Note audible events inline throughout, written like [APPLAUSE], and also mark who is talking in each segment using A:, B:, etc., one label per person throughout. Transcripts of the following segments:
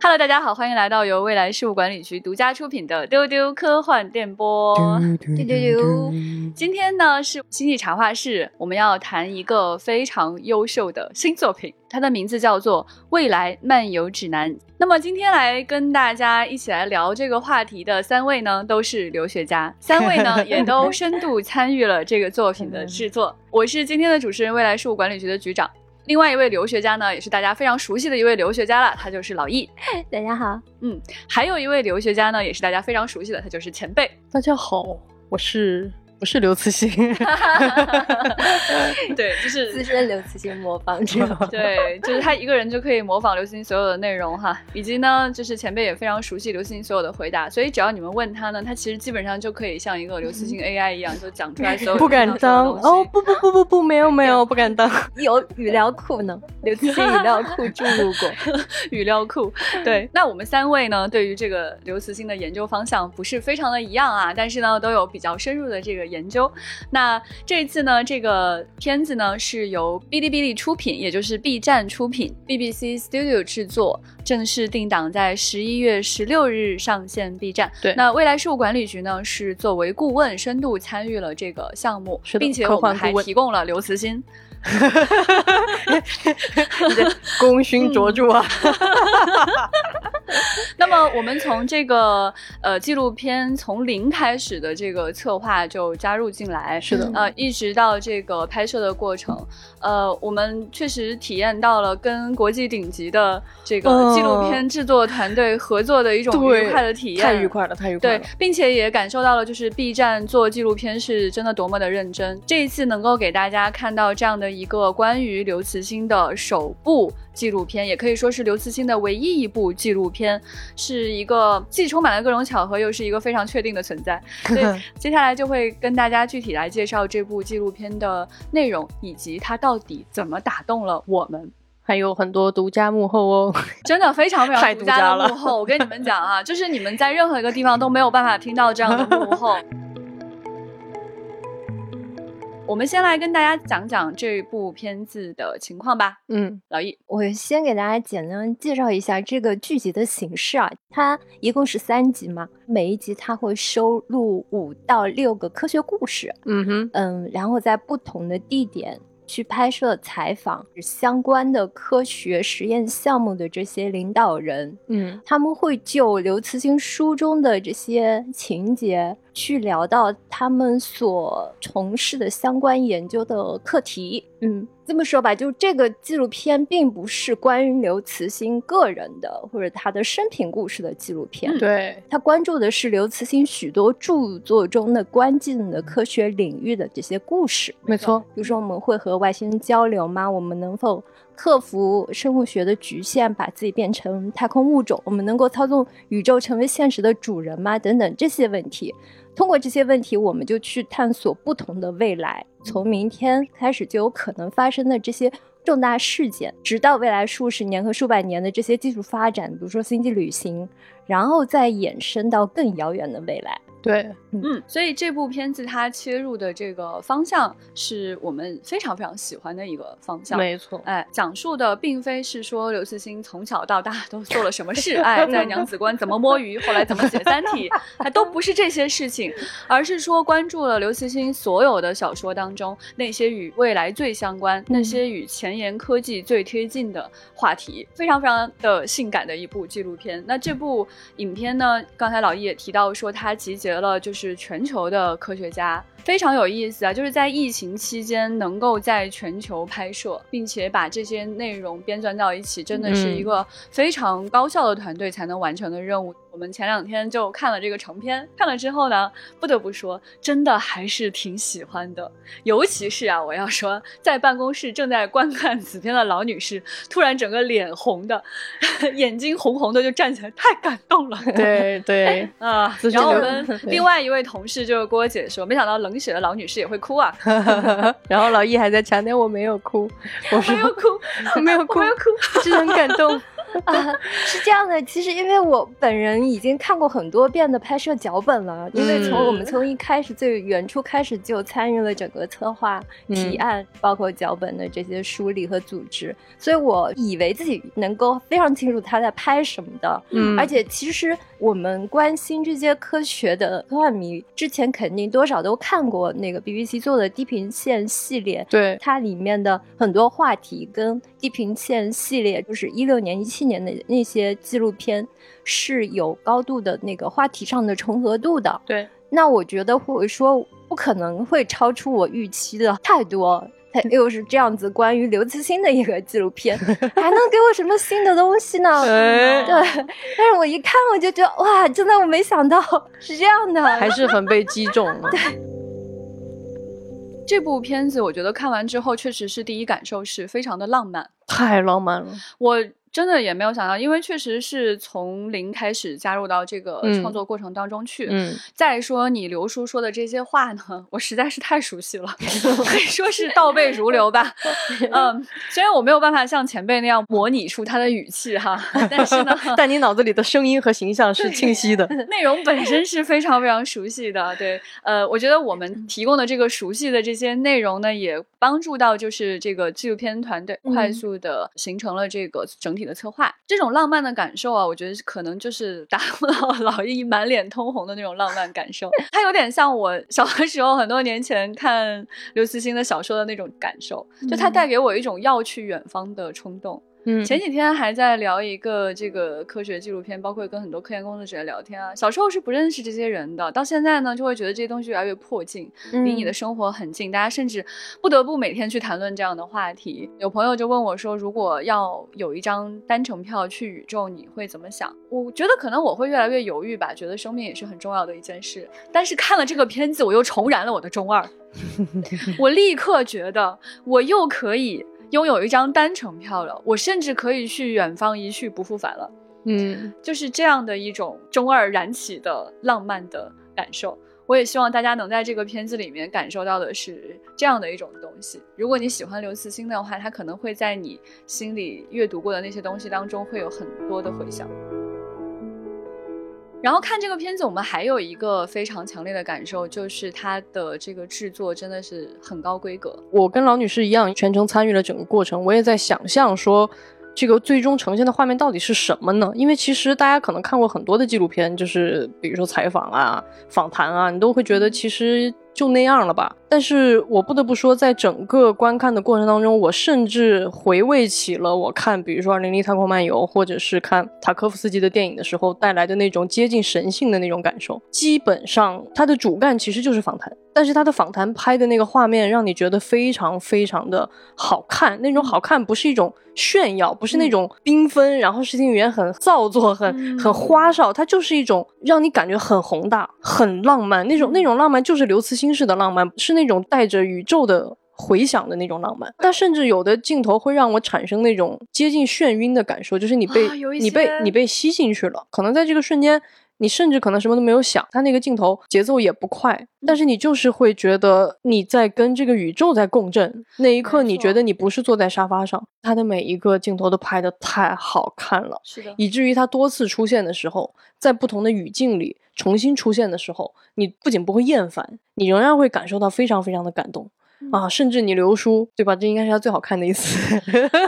A: Hello，大家好，欢迎来到由未来事务管理局独家出品的丢丢科幻电波。
B: 丢
A: 哦丢丢，今天呢是星际茶话室，我们要谈一个非常优秀的新作品，它的名字叫做《未来漫游指南》。那么今天来跟大家一起来聊这个话题的三位呢，都是留学家，三位呢也都深度参与了这个作品的制作。我是今天的主持人，未来事务管理局的局长。另外一位留学家呢，也是大家非常熟悉的一位留学家了，他就是老易。
B: 大家好，
A: 嗯，还有一位留学家呢，也是大家非常熟悉的，他就是前辈。
C: 大家好，我是我是刘慈欣，
A: [LAUGHS] 对，就是
B: 资深刘慈欣模仿者。
A: [LAUGHS]
B: [LAUGHS]
A: 对，就是他一个人就可以模仿刘慈欣所有的内容哈，以及呢，就是前辈也非常熟悉刘慈欣所有的回答，所以只要你们问他呢，他其实基本上就可以像一个刘慈欣 AI 一样，就讲出来 [LAUGHS] 所有
C: 不敢当哦，
A: 哦，
C: 不不不不不，没有没有，不敢当。
B: 有语料库呢，刘慈欣语料库注入过。
A: [LAUGHS] 语料库。对，那我们三位呢，对于这个刘慈欣的研究方向不是非常的一样啊，但是呢，都有比较深入的这个研究。那这一次呢，这个片子呢是由哔哩哔哩出品，也就是 B 站出品，BBC Studio 制作，正式定档在十一月十六日上线 B 站。
C: 对
A: 那未来事务管理局呢是作为顾问深度参与了这个项目
C: 是，的
A: 并且
C: 科
A: 我们
C: 幻
A: 还
C: 顾问
A: 提供了刘慈欣。
C: 你的功勋卓著啊！
A: 那么我们从这个呃纪录片从零开始的这个策划就加入进来，
C: 嗯是 [LAUGHS] 的
A: 呃，一直到这个拍摄的过程，呃，我们确实体验到了跟国际顶级的这个
C: 嗯
A: 纪录片制作团队合作的一种
C: 对
A: 愉快的体验，
C: 太愉。快了，太愉快
A: 对
C: 了。，
A: 并且也感受到了，就是 B 站做纪录片是真的多么的认真。这一次能够给大家看到这样的一个关于刘慈欣的首部纪录片，也可以说是刘慈欣的唯一一部纪录片，是一个既充满了各种巧合，又是一个非常确定的存在。所以接下来就会跟大家具体来介绍这部纪录片的内容，以及它到底怎么打动了我们。
C: [LAUGHS] 还有很多独家幕后哦，
A: 真的非常非常
C: 太独
A: 独家
C: 家
A: 的
C: 了
A: 幕后，我跟你们讲啊， [LAUGHS] 就是你们在任何一个地方都没有办法听到这样的幕后。 [LAUGHS] 我们先来跟大家讲讲这部片子的情况吧，
C: 嗯，
A: 老易。
B: [LAUGHS] 我先给大家简单介绍一下这个剧集的形式啊，它一共是三集嘛，每一集它会收录五到六个科学故事，
C: 嗯哼，
B: 嗯，然后在不同的地点去拍摄采访相关的科学实验项目的这些领导人，
C: 嗯，
B: 他们会就刘慈欣书中的这些情节去聊到他们所从事的相关研究的课题。嗯，这么说吧，就这个纪录片并不是关于刘慈欣个人的或者他的生平故事的纪录片，
A: 嗯
C: 对，
B: 他关注的是刘慈欣许多著作中的关键的科学领域的这些故事。
C: 没错，
B: 比如说，我们会和外星人交流吗？我们能否克服生物学的局限，把自己变成太空物种？我们能够操纵宇宙成为现实的主人吗？等等这些问题，通过这些问题，我们就去探索不同的未来。从明天开始，就有可能发生的这些。重大事件，直到未来数十年和数百年的这些技术发展，比如说星际旅行，然后再衍生到更遥远的未来。
C: 对，
A: 嗯，所以这部片子它切入的这个方向是我们非常非常喜欢的一个方向。
C: 没错，
A: 哎，讲述的并非是说刘慈欣从小到大都做了什么事，哎，在娘子关怎么摸鱼，后来怎么写《三体》，哎，都不是这些事情，而是说关注了刘慈欣所有的小说当中那些与未来最相关、那些与前沿科技最贴近的话题，非常非常的性感的一部纪录片。那这部影片呢，刚才老易也提到说，它集结了就是全球的科学家，非常有意思啊，就是在疫情期间能够在全球拍摄，并且把这些内容编撰到一起，真的是一
C: 嗯
A: 个非常高效的团队才能完成的任务。我们前两天就看了这个成片，看了之后呢，不得不说，真的还是挺喜欢的。尤其是啊，我要说，在办公室正在观看此片的老女士，突然整个脸红的， [LAUGHS] 眼睛红红的就站起来，太感动了。
C: 对对，
A: [LAUGHS] 啊，
C: 自
A: 然后我
C: 制流
A: 们
C: 对 [LAUGHS]
A: 另外一位同事就跟我姐说，没想到冷血的老女士也会哭啊，
C: 然后老易还在强调我没有哭，我
A: 我
C: 说
A: 没有哭，
C: 没有
A: 我
C: 哭
A: 没有，哭， [LAUGHS]
C: 真的很感动。
B: [LAUGHS] 是这样的，其实因为我本人已经看过很多遍的拍摄脚本了，因为从我
C: 嗯
B: 们从一开始最原初开始就参与了整个策划、
C: 嗯
B: 提案，包括脚本的这些梳理和组织，所以我以为自己能够非常清楚他在拍什么的。
C: 嗯
B: 而且其实我们关心这些科学的科幻迷，之前肯定多少都看过那个 BBC 做的《地平线》系列，
C: [LAUGHS]
A: [LAUGHS]
C: 对，
B: 它里面的很多话题跟《地平线》系列，就是一六年、一七年的那些纪录片是有高度的那个话题上的重合度的。
C: 对，
B: 那我觉得或者说不可能会超出我预期的太多。它又是这样子关于刘慈欣的一个纪录片，还能给我什么新的东西呢？
C: 哎
B: 对，但是我一看我就觉得哇，真的我没想到是这样的，
C: 还是很被击中了。
A: 这部片子我觉得看完之后，确实是第一感受是非常的浪漫。
C: 太浪漫了，
A: 我真的也没有想到，因为确实是从零开始加入到这个
C: 嗯
A: 创作过程当中去。
C: 嗯，
A: 再说你刘叔说的这些话呢，我实在是太熟悉了，
C: [LAUGHS]
A: 可以说是倒背如流吧。嗯，虽然我没有办法像前辈那样模拟出他的语气
C: [LAUGHS]
A: 哈，但是呢，
C: 但你脑子里的声音和形象是清晰的。
B: [LAUGHS]
A: 内容本身是非常非常熟悉的，对，呃，我觉得我
B: 嗯
A: 们提供的这个熟悉的这些内容呢，也帮助到就是这个纪录片团队
B: 嗯
A: 快速的形成了这个整体的策划。这种浪漫的感受啊，我觉得可能就是达不到 [LAUGHS] 老易满脸通红的那种浪漫感受，它有点像我小的时候很多年前看刘慈欣的小说的那种感受，就它
B: 嗯
A: 带给我一种要去远方的冲动。
C: 嗯，
A: 前几天还在聊一个这个科学纪录片，包括跟很多科研工作者聊天啊。小时候是不认识这些人的，到现在呢，就会觉得这些东西越来越迫近，离你的生活很近，大家甚至不得不每天去谈论这样的话题。有朋友就问我说，如果要有一张单程票去宇宙，你会怎么想？我觉得可能我会越来越犹豫吧，觉得生命也是很重要的一件事。但是看了这个片子，我又重燃了我的中二，我立刻觉得我又可以。拥有一张单程票了，我甚至可以去远方一去不复返了。
C: 嗯，
A: 就是这样的一种中二燃起的浪漫的感受。我也希望大家能在这个片子里面感受到的是这样的一种东西。如果你喜欢刘慈欣的话，他可能会在你心里阅读过的那些东西当中会有很多的回响。然后看这个片子，我们还有一个非常强烈的感受，就是它的这个制作真的是很高规格。
C: 我跟老女士一样，全程参与了整个过程，我也在想象说。这个最终呈现的画面到底是什么呢？因为其实大家可能看过很多的纪录片，就是比如说采访啊、访谈啊，你都会觉得其实就那样了吧。但是我不得不说，在整个观看的过程当中，我甚至回味起了我看，比如说《二零零太空漫游》或者是看塔科夫斯基的电影的时候带来的那种接近神性的那种感受。基本上，它的主干其实就是访谈，但是它的访谈拍的那个画面让你觉得非常非常的好看，那
A: 嗯
C: 种好看不是一种炫耀，不是那种缤纷，然后视听语言很造作、很很
A: 嗯
C: 花哨，它就是一种让你感觉很宏大、很浪
A: 嗯
C: 漫那种那种浪漫，就是刘慈欣式的浪漫，是那种带着宇宙的。回响的那种浪漫，但甚至有的镜头会让我产生那种接近眩晕的感受，就是你被、
A: 啊有一
C: 你被
A: 些
C: 你被吸进去了，可能在这个瞬间，你甚至可能什么都没有想，它那个镜头节奏也
A: 嗯
C: 不快，但是你就是会觉得你在跟这个宇宙在共振。那一刻，
A: 没
C: 你觉
A: 错
C: 得你不是坐在沙发上，它的每一个镜头都拍的太好看了。
A: 是的，
C: 以至于它多次出现的时候，在不同的语境里重新出现的时候，你不仅不会厌烦，你仍然会感受到非常非常的感动
A: 嗯
C: 啊！甚至你刘叔，对吧？这应该是他最好看的一次，
A: [LAUGHS]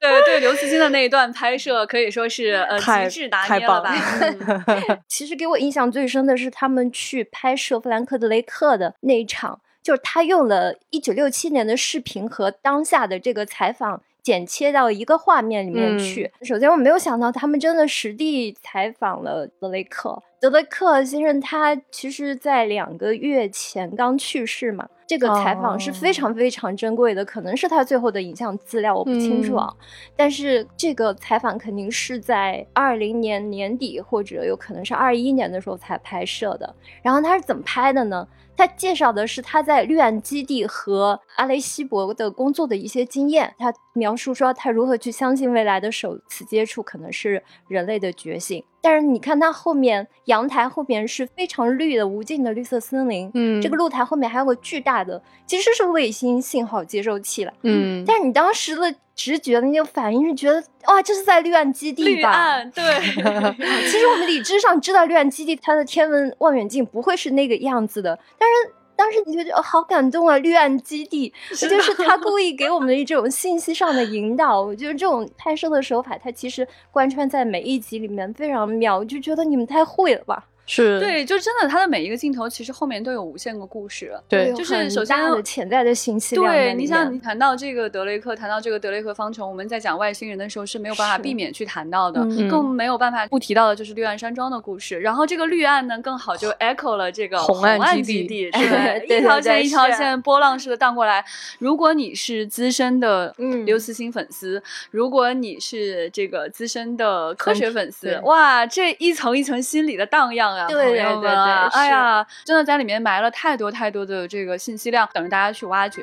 A: 对对，刘慈欣的那一段拍摄可以说是呃
C: 太
A: 极致拿
C: 太
A: 捏了
C: 棒
A: 吧。嗯
C: [LAUGHS]
B: 其实给我印象最深的是他们去拍摄弗兰克·德雷克的那一场，就是他用了1967年的视频和当下的这个采访。剪切到一个画面里面去。首先，我没有想到他们真的实地采访了德雷克。德雷克先生他其实，在两个月前刚去世嘛，这个采访是非常非常珍贵的，可能是他最后的影像资料，我不清楚啊。但是这个采访肯定是在二零年年底或者有可能是二一年的时候才拍摄的。然后他是怎么拍的呢？他介绍的是他在绿岸基地和阿雷西博的工作的一些经验。他描述说他如何去相信未来的首次接触可能是人类的觉醒。但是你看他后面阳台后面是非常绿的无尽的绿色森林，
C: 嗯
B: 这个露台后面还有个巨大的其实是卫星信号接收器了。
C: 嗯，
B: 但是你当时的直觉的那个反应是觉得，哇，这是在绿岸基地
A: 绿
B: 吧？
A: 岸
C: [LAUGHS]
A: 对，
B: 其实我们理智上知道绿岸基地它的天文望远镜不会是那个样子的，但是当时你就觉得、哦、好感动啊，绿岸基地，
A: 是的
B: 就是他故意给我们的这种信息上的引导。我觉得这种拍摄的手法，它其实贯穿在每一集里面非常妙，我就觉得你们太会了吧？
C: 是
A: 对，就真的它的每一个镜头其实后面都有无限个故事。
B: 会
C: 对
B: 有
A: 就是
B: 哎很
A: 首先
B: 大的潜在的信息量在
A: 对
B: 里
A: 你像
B: 面
A: 你谈到这个德雷克，谈到这个德雷克方程，我们在讲外星人的时候是没有办法
B: 是
A: 避免去谈到的，
B: 嗯
A: 更没有办法不提到的就是绿岸山庄的故事。然后这个绿岸呢，更好就
B: 哦
A: echo 了这个
C: 红
A: 岸
C: 岸
A: 基
C: 基
A: 地，
C: 地
B: [LAUGHS]
A: 是吧
B: 对对
A: 一条
B: 对对
A: 线一条
B: 是
A: 线波浪式的荡过来。如果你是资深的
B: 嗯
A: 刘慈欣粉丝，如果你是这个资深的科
C: 很
A: 学粉丝
C: 对，
A: 哇，这一层一层心理的荡漾啊，
B: 对
A: 朋
B: 对
A: 友
B: 对
A: 们啊
B: 对
A: 哎
B: 是
A: 呀，真的在里面埋了太多太多的这个信息量，等着大家去挖掘。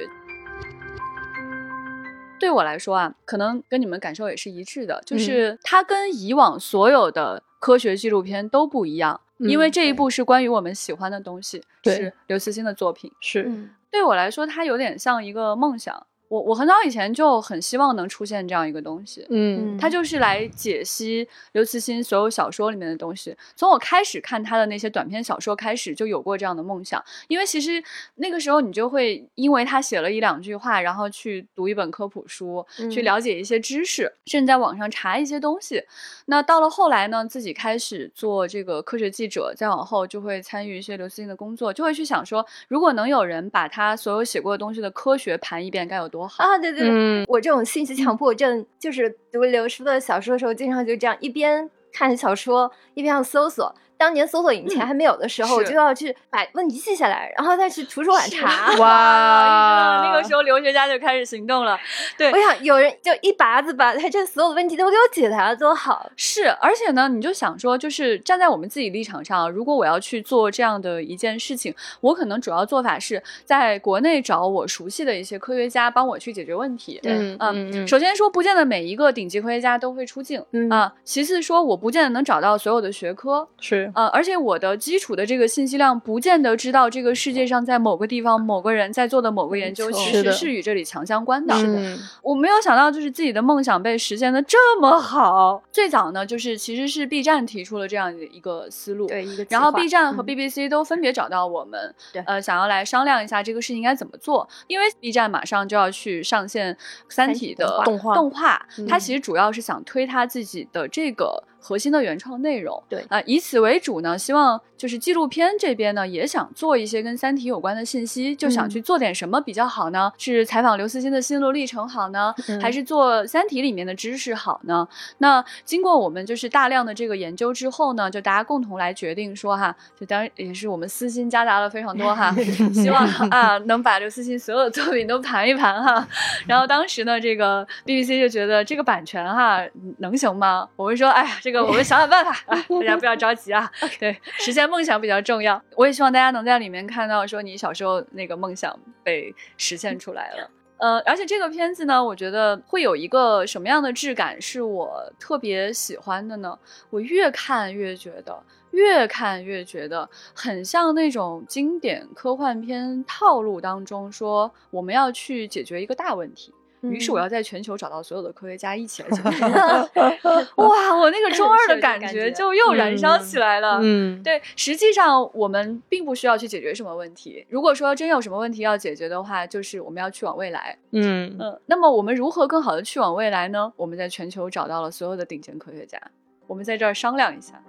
A: 对我来说啊，可能跟你们感受也是一致的，
C: 嗯
A: 就是它跟以往所有的科学纪录片都不一样，
C: 嗯
A: 因为这一部是关于我们喜欢的东西，
C: 对
A: 是刘慈欣的作品。
C: 是，
B: 嗯
A: 对我来说，它有点像一个梦想。我我很早以前就很希望能出现这样一个东西，
C: 嗯
A: 它就是来解析刘慈欣所有小说里面的东西。从我开始看他的那些短篇小说开始，就有过这样的梦想。因为其实那个时候，你就会因为他写了一两句话，然后去读一本科普书，去
B: 嗯
A: 了解一些知识，甚至在网上查一些东西。那到了后来呢，自己开始做这个科学记者，再往后就会参与一些刘慈欣的工作，就会去想说，如果能有人把他所有写过的东西的科学盘一遍，该有多好。
B: 啊，对对对，
C: 嗯
B: 我这种信息强迫症，就是读刘诗的小说的时候，经常就这样一边看小说一边要搜索。当年搜索引擎
A: 嗯
B: 还没有的时候，我
A: 是
B: 就要去把问题记下来，然后再去图书馆
A: [LAUGHS]
B: 查。
A: 哇，
C: 哇
A: 你知道那个时候留学家就开始行动了。对
B: 我想有人就一拔子把他这所有的问题都给我解答了，多好！
A: 是，而且呢，你就想说，就是站在我们自己立场上，啊如果我要去做这样的一件事情，我可能主要做法是在国内找我熟悉的一些科学家帮我去解决问题。
C: 嗯
A: 嗯
C: 嗯嗯
A: 首先说，不见得每一个顶级科学家都会出镜、
B: 嗯
A: 啊。其次说，我不见得能找到所有的学科，
C: 是
A: 呃，而且我的基础的这个信息量，不见得知道这个世界上在某个地方某个人在做的某个研究，
B: 没错
A: 其
C: 是
A: 实
C: 的
A: 是与这里强相关的。
C: 嗯
A: 我没有想到，就是自己的梦想被实现的这么好。最早呢，就是其实是 B 站提出了这样的一个思路，
B: 对，一个
A: 然后 B 站和
B: 嗯
A: BBC 都分别找到我们，
B: 对
A: 呃，想要来商量一下这个事情应该怎么做。因为 B 站马上就要去上线《三
B: 三
A: 体
B: 体》的
C: 动画
A: 动画，
C: 嗯
A: 它其实主要是想推它自己的这个核心的原创内容。
B: 对
A: 啊、以此为主呢，希望就是纪录片这边呢也想做一些跟《三体》有关的信息，就想
B: 嗯
A: 去做点什么比较好呢？是采访刘慈欣的心路历程好呢，
B: 嗯
A: 还是做《三体》里面的知识好呢？那经过我们就是大量的这个研究之后呢，就大家共同来决定说哈，就当然也是我们私心夹杂了非常多
B: [LAUGHS]
A: 哈，希望啊能把刘慈欣所有的作品都盘一盘哈。然后当时呢，这个 BBC 就觉得这个版权哈能行吗？我们说，哎呀，这个我们想想办法，哎大家不要着急啊，对，实现梦想比较重要。我也希望大家能在里面看到说你小时候那个梦想被实现出来了。呃，而且这个片子呢，我觉得会有一个什么样的质感是我特别喜欢的呢？我越看越觉得，越看越觉得很像那种经典科幻片套路当中说我们要去解决一个大问题。于
B: 嗯
A: 是我要在全球找到所有的科学家一起来解决这个问题。哇，我那个中二
B: 是有
A: 的
B: 这
A: 感
B: 感
A: 觉
B: 觉
A: 就又燃烧起来了。
C: 嗯
A: 对，实际上我们并不需要去解决什么问题。如果说真有什么问题要解决的话，就是我们要去往未来。
C: 嗯
A: 嗯，那么我们如何更好的去往未来呢？我们在全球找到了所有的顶尖科学家，我们在这儿商量一下。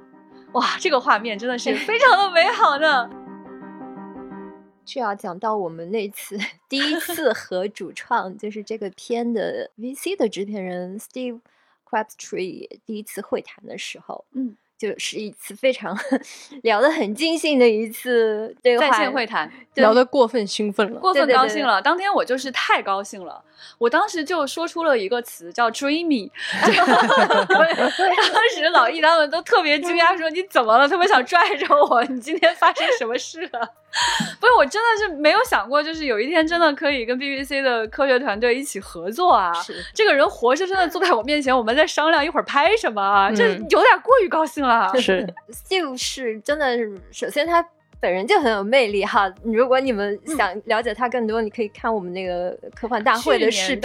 A: 哇，这个画面真的是非常的美好呢。
B: [LAUGHS] 这要讲到我们那次 [LAUGHS] 第一次和主创，就是这个片的 VC 的制片人 Steve Crabtree 第一次会谈的时候，
A: 嗯，
B: 就是一次非常 [LAUGHS] 聊得很尽兴的一次对话，
A: 在线会谈，
B: 对
C: 聊得过分兴奋了，
A: 过分
B: 对对
A: 高
B: 对
A: 兴了。当天我就是太高兴了，我当时就说出了一个词叫 “dreamy”。当时老易他们都特别惊讶，说：“你怎么了？”特别想拽着我，你今天发生什么事了？不是，我真的是没有想过，就是有一天真的可以跟 BBC 的科学团队一起合作啊！
B: 是
A: 这个人活生生的坐在我面前，我们在商量一会儿拍什么啊，这 [LAUGHS]
C: 嗯 [LAUGHS]
A: 有点过于高兴了。
C: 是
B: Steve 是真的是，首先他本人就很有魅力哈。如果你们
A: 嗯
B: 想了解他更多，你可以看我们那个科幻大会
A: 的
B: 视频。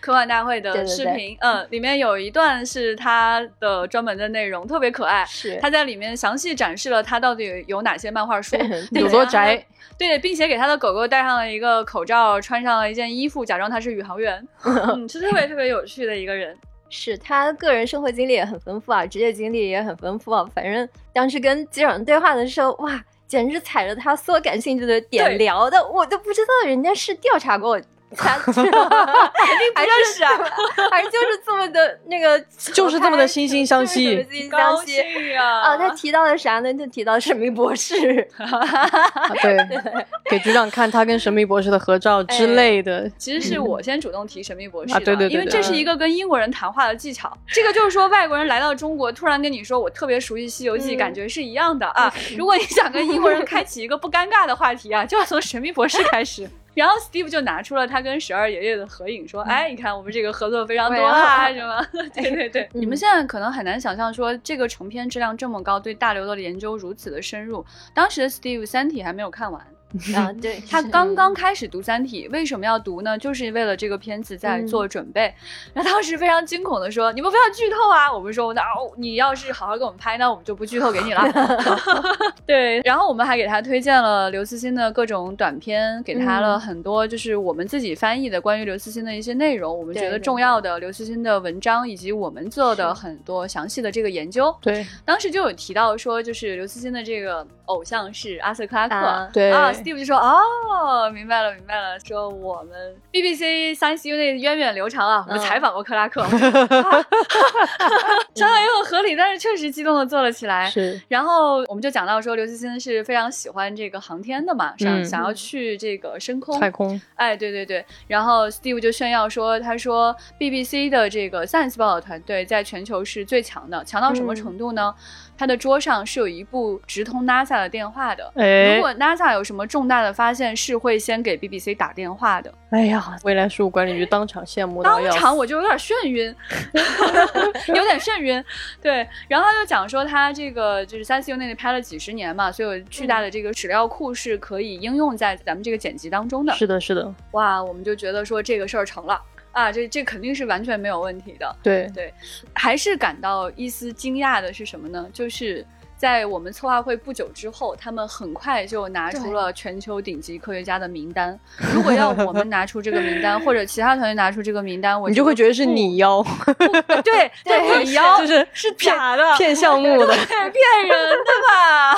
A: 科幻大会
B: 对
A: 的
B: 对
A: 视
B: 对
A: 频，嗯，里面有一段是他的专门的内容，特别可爱。
B: 是，
A: 他在里面详细展示了他到底有哪些漫画书
B: [LAUGHS]
A: 并
C: 有
A: 且
C: 多
A: 让他
C: 宅。
A: 对，并且给他的狗狗戴上了一个口罩，穿上了一件衣服，假装他是宇航员。嗯，是特别特别有趣的一个
B: [LAUGHS]
A: 人。
B: 是他个人生活经历也很丰富啊，职业经历也很丰富、啊。反正当时跟机长对话的时候，哇，简直踩着他所有感兴趣的点
A: 对
B: 聊的，我都不知道人家是调查过
A: [LAUGHS]
B: 他，肯定不
A: 认识啊，
B: 还是就是这么的那个，
C: 就是这么的惺惺相惜
B: 就是这么惺惺
A: 高
B: 相惜。
A: 兴啊！
B: [LAUGHS] 啊，他提到了啥呢？就提到史密
A: [LAUGHS]
B: 博士，
C: 啊对，给局长看他跟神秘博士的合照
A: 哎
C: 之类的。
A: 其实是我先主动提神秘博士
C: 啊
A: 的，
C: 对对对
A: 因为
C: 对
A: 这是一个跟英国人谈话的技巧。这个就是说，外国人来到中国，突然跟你说我特别熟悉《西游记》，
B: 嗯
A: 感觉是一样的啊。如果你想跟英国 [LAUGHS] 人开启一个不尴尬的话题啊，就要从神秘博士开 [LAUGHS] 始。然后 Steve 就拿出了他跟十二爷爷的合影，说：“哎，你看我们这个合作非常多啊， [LAUGHS]
B: 对啊
A: 什么？对对对，
B: 嗯
A: 哎你们现在可能很难想象说这个成片质量这么高，对大刘的研究如此的深入。当时的 Steve《三体》还没有看完，
B: 啊，对，
A: 他刚刚开始读《三体》，为什么要读呢？就是为了这个片子在
B: 嗯
A: 做准备。然后当时非常惊恐的说：“你们不要剧透啊！”我们说：“那、哦、你要是好好给我们拍，那我们就不剧透给
B: [LAUGHS]
A: 你了。”对，然后我们还给他推荐了刘慈欣的各种短片，给他
B: 嗯
A: 了很多就是我们自己翻译的关于刘慈欣的一些内容，我们
B: 对
A: 觉得
B: 对
A: 重
B: 对
A: 要的刘慈欣的文章，以及我们做的
B: 是
A: 很多详细的这个研究。
C: 对，
A: 当时就有提到说，就是刘慈欣的这个偶像是阿瑟克拉克，
B: 啊
C: 对
A: 啊，Steve 就说哦，明白了，明白了，说我们 BBC Science Unit 源远流长啊，我们
B: 嗯
A: 采访过克拉克， [LAUGHS] 哈哈哈哈相当于很合理，但是确实激动的坐了起来。
C: 是
A: 然后我们就讲到说，刘慈欣是非常喜欢这个航天的嘛，想、
C: 嗯
A: 想要去这个升空，
C: 太空。
A: 哎，对对对，然后 Steve 就炫耀说，他说 BBC 的这个 Science 报道团队在全球是最强的，强到什么
B: 嗯
A: 程度呢？他的桌上是有一部直通 NASA 的电话的。
C: 哎
A: 如，果 NASA 有什么重大的发现，是会先给 BBC 打电话的。
C: 哎呀，未来事务管理局当场羡慕到
A: 当
C: 要死。
A: 场我就有点眩晕， [LAUGHS] 有点眩晕。对，然后他就讲说他这个就是三 C U 内拍了几十年嘛，所以有巨大的这个史料库是可以应用在咱们这个剪辑当中的。
C: 是的，是的，
A: 哇，我们就觉得说这个事儿成了啊，这这肯定是完全没有问题的。
C: 对，
A: 还是感到一丝惊讶的是什么呢？就是在我们策划会不久之后，他们很快就拿出了全球顶级科学家的名单。如果要我们拿出这个名单，或者其他团队拿出这个名单，我
C: 你就会觉得是你
A: [LAUGHS]
C: 妖，
A: 不
C: [LAUGHS]
A: 对
B: 对
A: 对你要
C: 就是
A: 是假的
C: 骗项目的。
A: 骗
C: [LAUGHS]
A: 骗人的吧？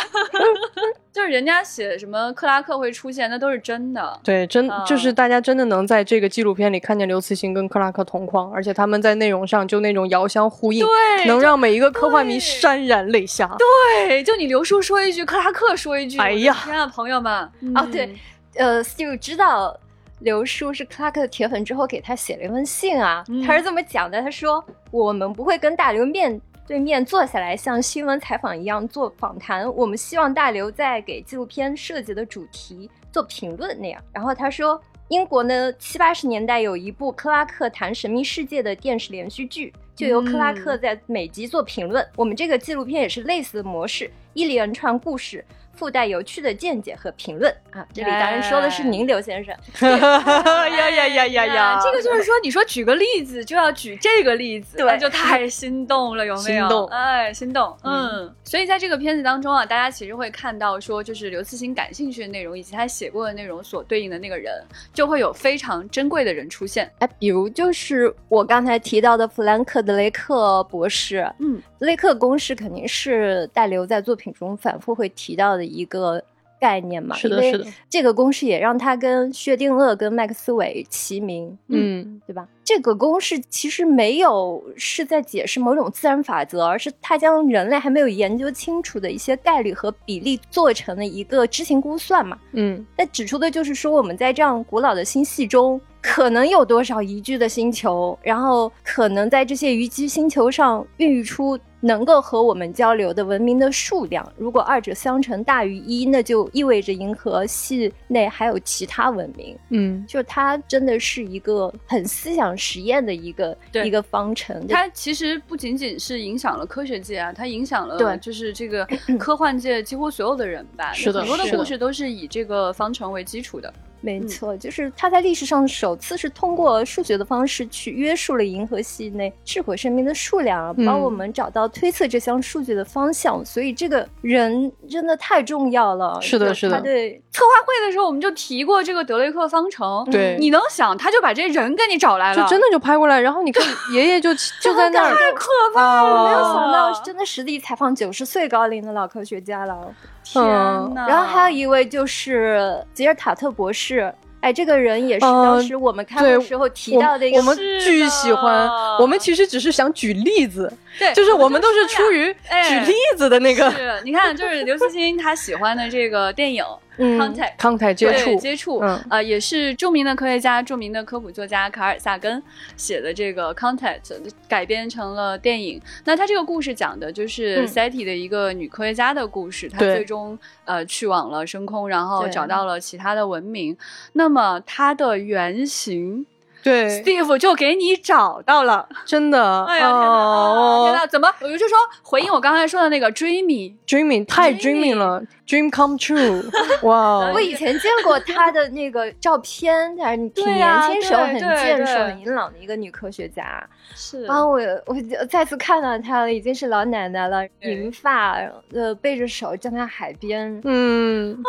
A: [LAUGHS] 就是人家写什么克拉克会出现，那都是真的。
C: 对，真
A: 啊
C: 就是大家真的能在这个纪录片里看见刘慈欣跟克拉克同框，而且他们在内容上就那种遥相呼应，
A: 对，
C: 能
A: 就
C: 让每一个科幻迷
A: 对
C: 潸然泪下。 [LAUGHS]
A: 对，就你刘叔说一句，克拉克说一句，
C: 哎
A: 我的
C: 呀
A: 天啊，朋友们，
C: 嗯
B: 哦对，呃，Steve 知道刘叔是克拉克的铁粉之后，给他写了一封信啊，
A: 嗯
B: 他是这么讲的：他说我们不会跟大刘面对面坐下来，像新闻采访一样做访谈，我们希望大刘在给纪录片设计的主题做评论那样。然后他说。英国呢，七八十年代有一部克拉克谈神秘世界的电视连续剧，就由克拉克在每集做评论。我们这个纪录片也是类似的模式，一连串故事，附带有趣的见解和评论啊。这里当然说的是您，刘先生。
C: 哎呀呀呀呀呀！
A: 哎这个就是说，你说举个例子就要举这个例子，
B: 对
A: 那就太心动了，有没有？
C: 心动
A: 哎，心动，嗯。所以在这个片子当中啊，大家其实会看到说，就是刘慈欣感兴趣的内容以及他写过的内容所对应的那个人，就会有非常珍贵的人出现。
B: 哎，比如就是我刚才提到的弗兰克德雷克博士，
A: 嗯，
B: 雷克公式肯定是大刘在作品中反复会提到的一个概念嘛。
C: 是的
B: 因为
C: 是的
B: 这个公式也让他跟薛定谔、跟麦克斯韦齐名。
C: 嗯，
B: 对吧？这个公式其实没有是在解释某种自然法则，而是它将人类还没有研究清楚的一些概率和比例做成了一个知情估算嘛。
C: 嗯，
B: 那指出的就是说，我们在这样古老的星系中，可能有多少宜居的星球，然后可能在这些宜居星球上孕育出能够和我们交流的文明的数量。如果二者相乘大于一，那就意味着银河系内还有其他文明。
C: 嗯，
B: 就是他真的是一个很思想实验的一个
A: 对
B: 一个方程。
A: 它其实不仅仅是影响了科学界啊，它影响了
B: 对
A: 就是这个科幻界几乎所有的人吧。
C: 是的
A: 很多
B: 是
A: 的
B: 的
A: 故事都是以这个方程为基础的。
B: 没
C: 嗯
B: 错，就是它在历史上首次是通过数学的方式去约束了银河系内智慧生命的数量啊，
C: 嗯
B: 帮我们找到推测这项数据的方向。所以这个人真的太重要了。
C: 是的
B: 就是
C: 的
B: 他对
A: 策划会的时候我们就提过这个德雷克方程，嗯
C: 对
A: 你能想他就把这人给你找来了，
C: 就真的就拍过来，然后你看爷爷就就在那儿，
B: 太
A: 可怕了，
C: 哦
A: 我
B: 没
A: 没
B: 有
A: 有
B: 想
A: 想
B: 到
A: 到，
B: 是
A: 真
B: 真的实地采访九十岁高龄的老科学家了。
C: 嗯
A: 天
C: 啊
A: 哪！
B: 然后还有一位就是吉尔塔特博士，哎，这个人也是
C: 嗯
B: 当时我们开
C: 对
B: 会时候提到的一个
C: 我们
A: 是
C: 巨喜欢
A: 的。
C: 我们其实只是想举例子，
A: 对，
C: 就是我们都是出于举
A: 哎
C: 例子的那个
A: [LAUGHS] 是你看，就是刘慈欣他喜欢的这个电影《
B: 嗯
A: Contact》。
C: 康泰 [LAUGHS] 接
A: 对
C: 触。
A: 接触，
C: 嗯
A: 呃，也是著名的科学家、著名的科普作家卡尔萨根写的这个《Contact》改编成了电影。那他这个故事讲的就是
B: 嗯
A: SETI 的一个女科学家的故事，她
C: 对
A: 最终呃去往了深空，然后
B: 对
A: 找到了其他的文明。那么她的原型
C: 对，
A: Steve 就给你找到了。
C: 真的，
A: 哎呀天哪！啊天
C: 哦
A: 哪！怎么？我就说回应我刚才说的那个 dreamy，
C: ，dreaming 太
A: dreaming
C: dreaming 了，dream come true，哇
A: [LAUGHS]
C: 哦
B: 我！以前见过她的那个照片，还是挺
A: 对
B: 年
A: 呀
B: 轻时候
A: 对
B: 很
A: 对
B: 健硕、
A: 对
B: 很硬朗的一个女科学家。
A: 是
B: 然后我我再次看到她了，已经是老奶奶了，
A: 对
B: 银发，呃，背着手站在海
A: [LAUGHS]
B: 边。
C: 嗯，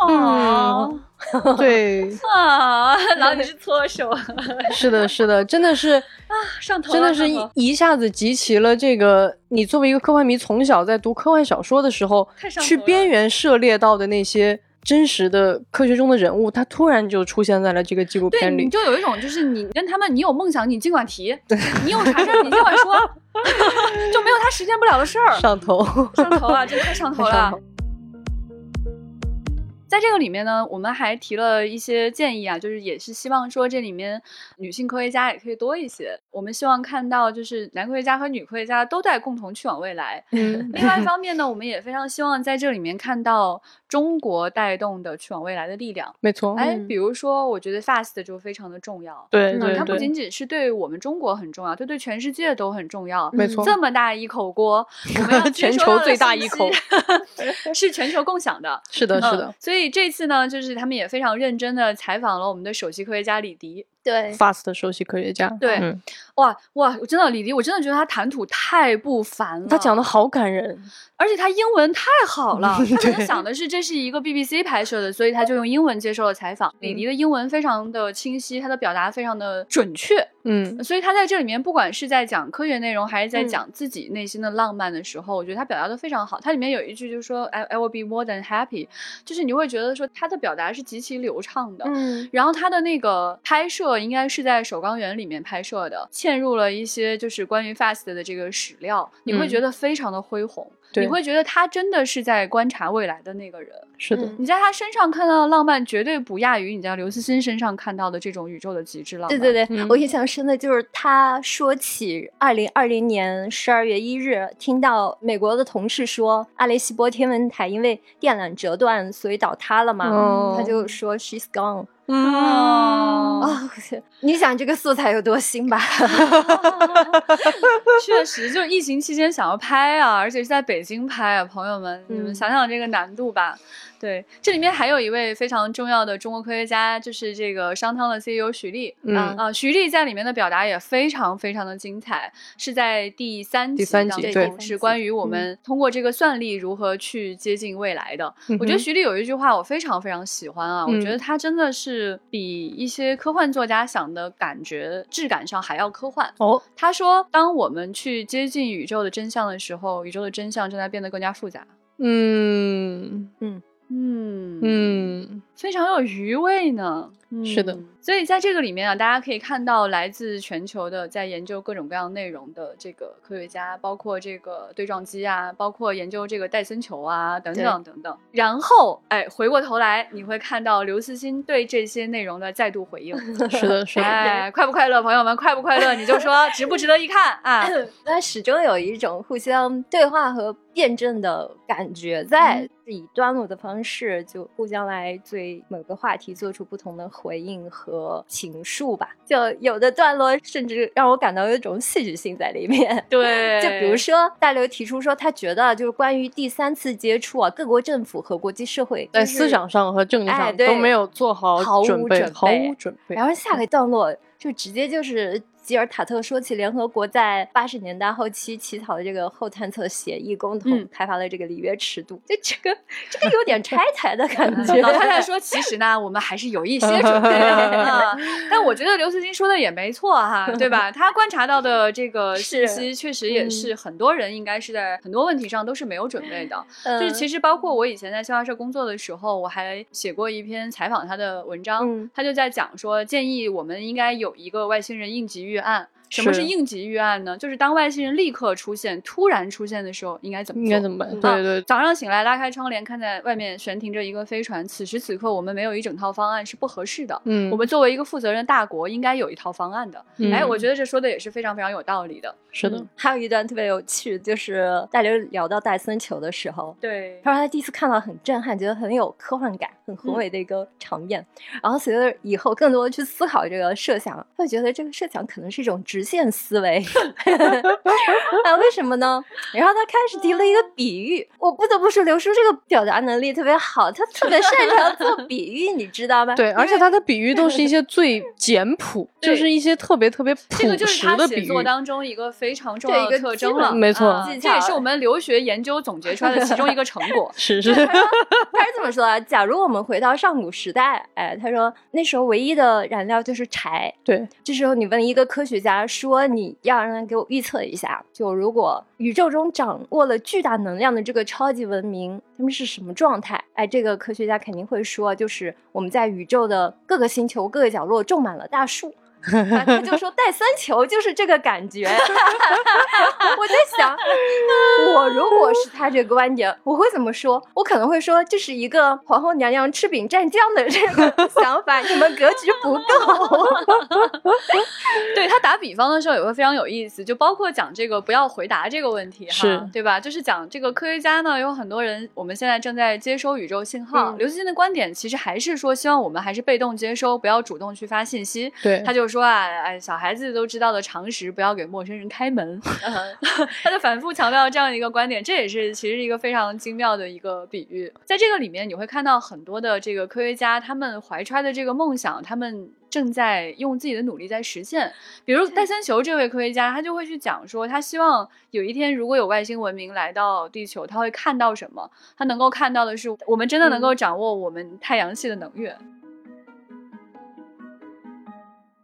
A: 哦
C: 对，
A: 啊， [LAUGHS] 老你是搓手，啊
C: 是的，是的，真的是，
A: 上头了
C: 真的是
A: 上
C: 一
A: 头了
C: 一下子集齐了这个，你作为一个科幻迷，从小在读科幻小说的时候
A: 太，上头了
C: 去边缘涉猎到的那些真实的科学中的人物，他突然就出现在了这个纪录
A: 对，
C: 片
A: 你
C: 里。
A: 就有一种就是你跟他们，你有梦想你尽管提，你有啥事儿你尽管说， [LAUGHS] 就没有他实现不了的事儿。
C: 上头，
A: 上头啊，真太上头
C: 太
A: 了
C: 上头。
A: 在这个里面呢，我们还提了一些建议啊，就是也是希望说这里面女性科学家也可以多一些。我们希望看到就是男科学家和女科学家都在共同去往未来。
C: [LAUGHS] 嗯，
A: 另外一方面呢，我们也非常希望在这里面看到中国带动的去往未来的力量。
C: 没错，
A: 哎，
B: 嗯
A: 比如说，我觉得 FAST 就非常的重要。
C: 对
B: 嗯
C: 对
A: 它不
C: 对，
A: 仅仅是对我们中国很重要，它对全世界都很重要。
C: 没
A: 嗯
C: 错，
A: 这么大一口锅，我们要接
C: 嗯 [LAUGHS] 全
A: 收
C: 球
A: 到的
C: 最大
A: 信
C: 一
A: 息
C: 口
A: [LAUGHS] 是全球共享的。
C: [LAUGHS] 是的，是
A: 嗯
C: 的，
A: 所以这次呢，就是他们也非常认真的采访了我们的首席科学家李迪。
B: 对，
A: [LAUGHS]
C: ，fast 首席科学家，
A: 对
C: 嗯
A: 哇哇，我真的李迪，我真的觉得他谈吐太不凡了。
C: 他讲的，好感人，
A: 而且他英文太好了。他可能
C: 对
A: 想的是这是一个 BBC 拍摄的，所以他就用英文接受了采访。李迪的英文非常的清晰，他的表达非常的准确。
C: 嗯，
A: 所以他在这里面，不管是在讲科学内容，还是在
B: 嗯
A: 讲自己内心的浪漫的时候，我觉得他表达的非常好。他里面有一句就是说，I I will be more than happy，就是你会觉得说他的表达是极其流畅的。
B: 嗯，
A: 然后他的那个拍摄应该是在首钢园里面拍摄的，嵌入了一些就是关于 FAST 的这个史料，你会
C: 嗯
A: 觉得非常的恢宏，你
C: 对
A: 会觉得他真的是在观察未来的那个人。
C: 是的，
B: 嗯
A: 你在他身上看到的浪漫，绝对不亚于你在刘慈欣身上看到的这种宇宙的极致浪
B: 对
A: 漫。
B: 对对，
C: 嗯
B: 我印象深的就是他说起二零二零年十二月一日，听到美国的同事说阿雷西波天文台因为电缆折断，所以倒塌了嘛，
C: 哦
B: 嗯他就说 she's gone
A: 哦
B: 啊、 [LAUGHS] 你想这个素材有多新吧？
A: 确实，就是疫情期间想要拍啊，而且是在北京拍啊，朋友们，你们
B: 嗯
A: 想想这个难度吧。对，这里面还有一位非常重要的中国科学家，就是这个商汤的 CEO 徐立。啊
C: 嗯，
A: 啊，徐立在里面的表达也非常非常的精彩，是在第三
C: 第
A: 集
C: 三
A: 当
C: 集
A: 中，
C: 对
B: 第
A: 是
B: 三
A: 关
B: 集
A: 于我
B: 嗯
A: 们通过这个算力如何去接近未来的。
C: 嗯
A: 我觉得
C: 哼
A: 徐立有一句话我非常非常喜欢啊，我觉
C: 嗯
A: 得他真的是比一些科幻作家想的感觉质感上还要科幻。
C: 哦，
A: 他说，当我们去接近宇宙的真相的时候，宇宙的真相正在变得更加复杂。
C: 嗯
A: 嗯，
C: 嗯，
A: 非常有余味呢。嗯、
C: 是的，
A: 所以在这个里面啊，大家可以看到来自全球的在研究各种各样内容的这个科学家，包括这个对撞机啊，包括研究这个戴森球啊，等等等等。然后，哎，回过头来你会看到刘慈欣对这些内容的再度回应。
C: 是的，是的，
A: 哎，快不快乐，朋友们，快不快乐？你就说值不值得一看啊？
B: [LAUGHS] 那始终有一嗯种互相对话和辩证的感觉在，以段落的方式事，就互相来对某个话题做出不同的回应和情述吧。就有的段落甚至让我感到有一种戏剧性在里面。
A: 对，
B: 就比如说，大刘提出说，他觉得就是关于第三次接触啊，各国政府和国际社会
C: 在
B: 就是
C: 思想上和政治
B: 哎
C: 上
B: 对
C: 都没有做
B: 毫
C: 好
B: 无
C: 准备，
B: 准
C: 毫
B: 备
C: 无准备。
B: 然后下个段落就直接就是吉尔塔特说起联合国在八十年代后期起草的这个后探测协议，共同
A: 嗯
B: 开发了这个里约尺度，就这个这个有点拆台的感觉。
A: 嗯老太太说：“其实呢，我们还是有一些准备
B: [LAUGHS]
A: 的。啊，但我觉得刘慈欣说的也没错哈，对吧？他观察到的这个信
B: 是嗯
A: 息，确实也是很多人应该是在很多问题上都是没有准备的。
B: 嗯，
A: 就是其实包括我以前在新华社工作的时候，我还写过一篇采访他的文章，
B: 嗯
A: 他就在讲说，建议我们应该有一个外星人应急预案。”什么是
C: 是
A: 应急预案呢？就是当外星人立刻出现、突然出现的时候，应该怎么
C: 应
A: 做？
C: 该怎么办？
B: 嗯
C: 对对，
A: 呃早上醒来，拉开窗帘，看在外面悬停着一个飞船。此时此刻，我们没有一整套方案是不合适的。
C: 嗯，
A: 我们作为一个负责任的大国，应该有一套方案的。
C: 嗯
A: 哎，我觉得嗯这说的也是非常非常有道理的。
C: 是的，
B: 还有一段特别有趣，就是大刘聊到戴森球的时候，
A: 对
B: 他说他第一次看到很震撼，觉得很有科幻感、很
C: 嗯
B: 宏伟的一个场面。然后随着以后更多的去思考这个设想，他会觉得这个设想可能是一种直线思维。 [LAUGHS] 啊，为什么呢？然后他开始提了一个比喻，我不得不说刘叔这个表达能力特别好，他特别擅长做比喻，你知道吗？
C: 对，而且他的比喻都是一些最简
A: [LAUGHS]
C: 朴，就
A: 对
C: 是一些特别特别
A: 这个
C: 朴
A: 就是
C: 实
A: 他
C: 的比
A: 写
C: 喻。
A: 作当中一个非常重
B: 对
A: 要
B: 一
A: 的
B: 个
A: 特
B: 基
A: 征
B: 本
A: 了，
C: 没错。
A: 啊
B: 技
A: 这也
B: 巧
A: 是我们留学研究总结出来的其中一个成果
C: 是
A: [LAUGHS]
C: 是，
B: 他是这么说的：假如我们回到上古时代，哎，他说那时候唯一的燃料就是柴，
C: 对，
B: 这时候你问一个科学家说，你要让他给我预测一下，就如果宇宙中掌握了巨大能量的这个超级文明，他们是什么状态？哎，这个科学家肯定会说，就是我们在宇宙的各个星球、各个角落种满了大树。啊他就说戴森球就是这个感觉， [LAUGHS] 我在想，我如果是他这个观点，我会怎么说？我可能会说这是一个皇后娘娘吃饼蘸酱的这个想法，你们格局不够。 [LAUGHS]
A: 对他打比方的时候也会非常有意思，就包括讲这个不要回答这个问题哈
C: 是，
A: 对吧？就是讲这个科学家呢，有很多人，我们现在正在接收宇宙信号。
B: 嗯
A: 刘慈欣的观点其实还是说，希望我们还是被动接收，不要主动去发信息。
C: 对
A: 他就说啊，哎，小孩子都知道的常识，不要给陌生人开门。 [LAUGHS] 他就反复强调这样一个观点，这也是其实一个非常精妙的一个比喻。在这个里面，你会看到很多的这个科学家，他们怀揣的这个梦想，他们正在用自己的努力在实现。比如戴森球这位科学家，他就会去讲说，他希望有一天如果有外星文明来到地球，他会看到什么？他能够看到的是，我们真的能够掌握我们太阳系的能源。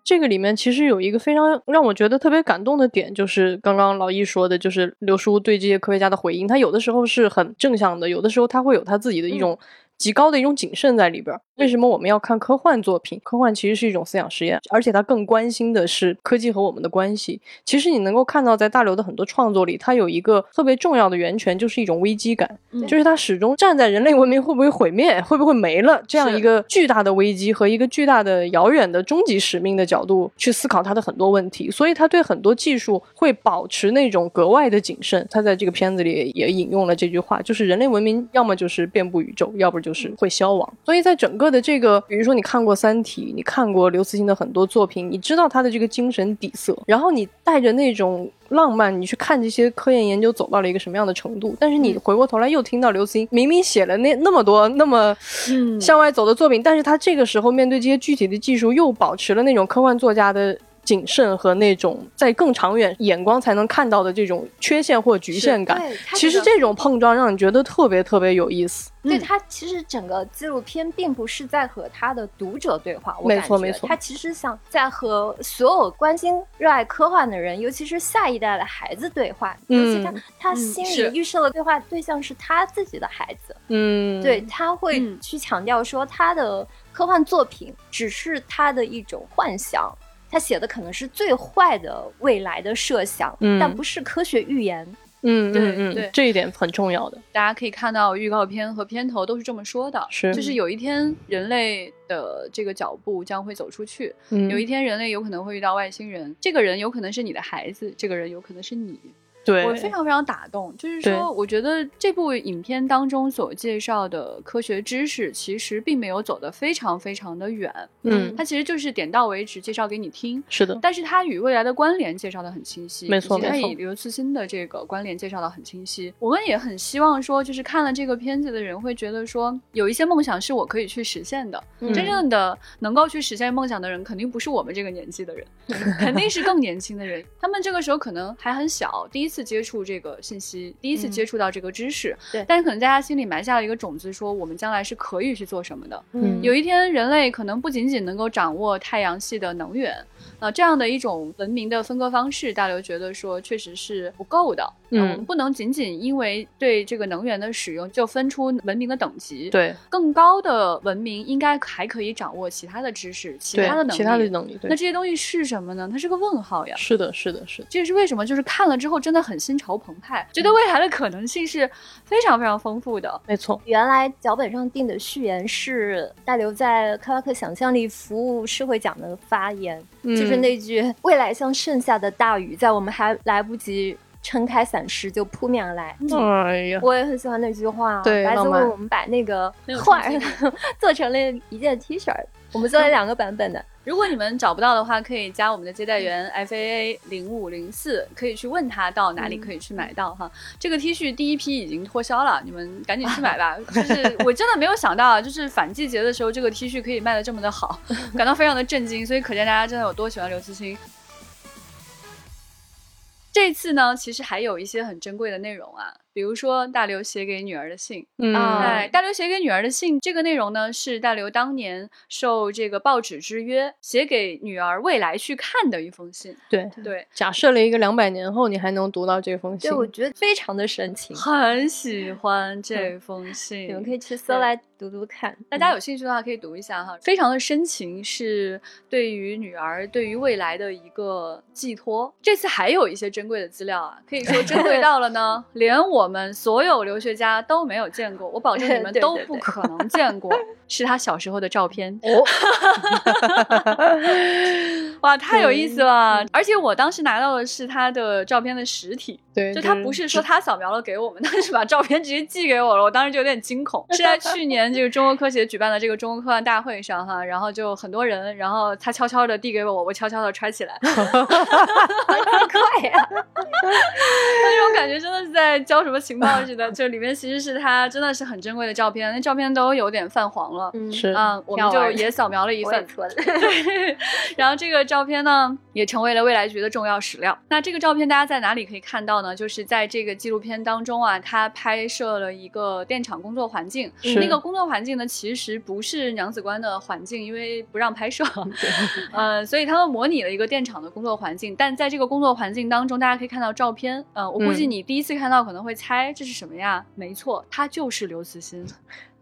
C: 这个里面其实有一个非常让我觉得特别感动的点，就是刚刚老易说的，就是刘叔对这些科学家的回应，他有的时候是很正向的，有的时候他会有他自己
A: 嗯
C: 的一种极高的一种谨慎在里边儿。为什么我们要看科幻作品？科幻其实是一种思想实验，而且他更关心的是科技和我们的关系。其实你能够看到，在大刘的很多创作里，他有一个特别重要的源泉，就是一种危机感，
A: 嗯
C: 就是他始终站在人类文明会不会毁灭、会不会没了这样
A: 是
C: 一个巨大的危机和一个巨大的遥远的终极使命的角度去思考他的很多问题，所以他对很多技术会保持那种格外的谨慎。他在这个片子里也引用了这句话，就是人类文明要么就是遍布宇宙，要不就是会消亡。所以在整个的这个，比如说你看过《三体》，你看过刘慈欣的很多作品，你知道他的这个精神底色，然后你带着那种浪漫，你去看这些科研研究走到了一个什么样的程度，但是你回过头来又听到刘慈欣明明写了那那么多那么
A: 嗯
C: 向外走的作品，但是他这个时候面对这些具体的技术，又保持了那种科幻作家的。谨慎和那种在更长远眼光才能看到的这种缺陷或局限感，
B: 对，他
C: 其实
B: 个
C: 这种碰撞让你觉得特别特别有意思。
B: 对
A: 嗯
B: 他其实整个纪录片并不是在和他的读者对话，我
C: 没
B: 感
C: 错
B: 觉
C: 没错
B: 他其实想在和所有关心、热爱科幻的人，尤其是下一代的孩子对话。尤其他
C: 嗯
B: 他
A: 嗯
B: 心
A: 是
B: 里预设的对话对象是他自己的孩子，
C: 嗯，
B: 对，他会
A: 嗯
B: 去强调说他的科幻作品只是他的一种幻想。他写的可能是最坏的未来的设想，
C: 嗯
B: 但不是科学预言。
C: 嗯
A: 对
C: 嗯
A: 对嗯
C: 嗯，这一点很重要的。
A: 大家可以看到预告片和片头都是这么说的，
C: 是
A: 就是有一天人类的这个脚步将会走出去，
C: 嗯，
A: 有一天人类有可能会遇到外星人，这个人有可能是你的孩子，这个人有可能是你。
C: 对，
A: 我非常非常打动，就是
C: 对
A: 说，我觉得这部影片当中所介绍的科学知识，其实并没有走得非常非常的远，
C: 嗯，
A: 它其实就是点到为止，介绍给你听。
C: 是的，
A: 但是它与未来的关联介绍的很清晰，
C: 没错
A: 以及它
C: 没错
A: 与刘慈欣的这个关联介绍的很清晰。我们也很希望说，就是看了这个片子的人会觉得说，有一些梦想是我可以去实现的。
C: 嗯
A: 真正的能够去实现梦想的人，肯定不是我们这个年纪的
C: [LAUGHS]
A: 人，肯定是更年轻的人。他们这个时候可能还很小，第一次接触这个信息，第一次
B: 嗯
A: 接触到这个知识，
B: 对
A: 但是可能大家心里埋下了一个种子，说我们将来是可以去做什么的。
C: 嗯
A: 有一天，人类可能不仅仅能够掌握太阳系的能源，啊、这样的一种文明的分割方式，大刘觉得说确实是不够的。
C: 嗯
A: 呃我们不能仅仅因为对这个能源的使用就分出文明的等级。，
C: 对
A: 更高的文明应该还可以掌握其他的知识、其
C: 对
A: 他的能力。
C: 其他的能力，
A: 那
C: 对
A: 这，些东西是什么呢？它是个问号呀。
C: 是的，是的，是的，
A: 这也是为什么，就是看了之后真的很心潮澎湃，觉
C: 嗯
A: 得未来的可能性是非常非常丰富的。
C: 没错，
B: 原来脚本上定的序言是大刘在克拉克想象力服务社会奖的发言，
C: 嗯
B: 就是那句“未来像盛夏的大雨，在我们还来不及撑开伞时就扑面而来”
C: 嗯，哎呀，
B: 我也很喜欢那句话。啊
C: 对
B: 白子
C: 浪漫
B: 为我们把那个
A: 很有
B: 画儿
A: 冲击
B: 做成了一件 T 恤儿，我们做了两个版本的。
A: 如果你们找不到的话，可以加我们的接待员 FAA 零五零四，可以去问他到哪里可以去买到哈。这个 T 恤第一批已经脱销了，你们赶紧去买吧。就是我真的没有想到，就是反季节的时候，这个 T 恤可以卖的这么的好，感到非常的震惊。所以可见大家真的有多喜欢刘慈欣。这次呢，其实还有一些很珍贵的内容啊，比如说大刘写给女儿的信，
C: 嗯，
B: 啊
A: 哎，大刘写给女儿的信这个内容呢，是大刘当年受这个报纸之约写给女儿未来去看的一封信。
C: 对，
B: 嗯
A: 对，
C: 假设了一个两百年后你还能读到这封信
B: 对，，我觉得非常的深情，
A: 很喜欢这封信。
B: 嗯你们可以去搜来读读看。
A: 大家有兴趣的话，可以读一下哈，非常的深情，是对于女儿、对于未来的一个寄托。这次还有一些珍贵的资料啊，可以说珍贵到了
B: [LAUGHS]
A: 呢，连我们所有留学家都没有见过，我保证你们
B: [LAUGHS] 对对
A: 都
B: 对哦
A: 不可能见
B: [LAUGHS]
A: 过，是他小时候的照片。 [LAUGHS] 哇，太有意思了！而且我当时拿到的是他的照片的实体，
C: 对，
A: 就他不是说他扫描了给我们， [LAUGHS] 他是把照片直接寄给我了，我当时就有点惊恐。是在去年这个中国科协举办的这个中国科幻大会上哈，然后就很多人，然后他悄悄的递给我，我悄悄的揣起来， [LAUGHS]
B: 快呀！
A: 那种感觉真的是在交什么情报似的。就里面其实是他真的是很珍贵的照片，那照片都有点泛黄了。
B: [LAUGHS] 嗯，
C: 是
A: 嗯，我
B: 挺
A: 们
B: 好
A: 就
B: 玩的
A: 也扫描了一
B: 我也
A: 份，
B: 存了。
A: 对， [LAUGHS] 然后这个照片呢，也成为了未来局的重要史料。那这个照片大家在哪里可以看到呢？就是在这个纪录片当中啊，他拍摄了一个电厂工作环境。
C: 是
A: 那个工作环境呢，其实不是娘子关的环境，因为不让拍摄，呃，所以他们模拟了一个电厂的工作环境。但在这个工作环境当中，大家可以看到照片。呃，我估计
C: 嗯
A: 你第一次看到可能会猜这是什么呀？没错，它就是刘慈欣。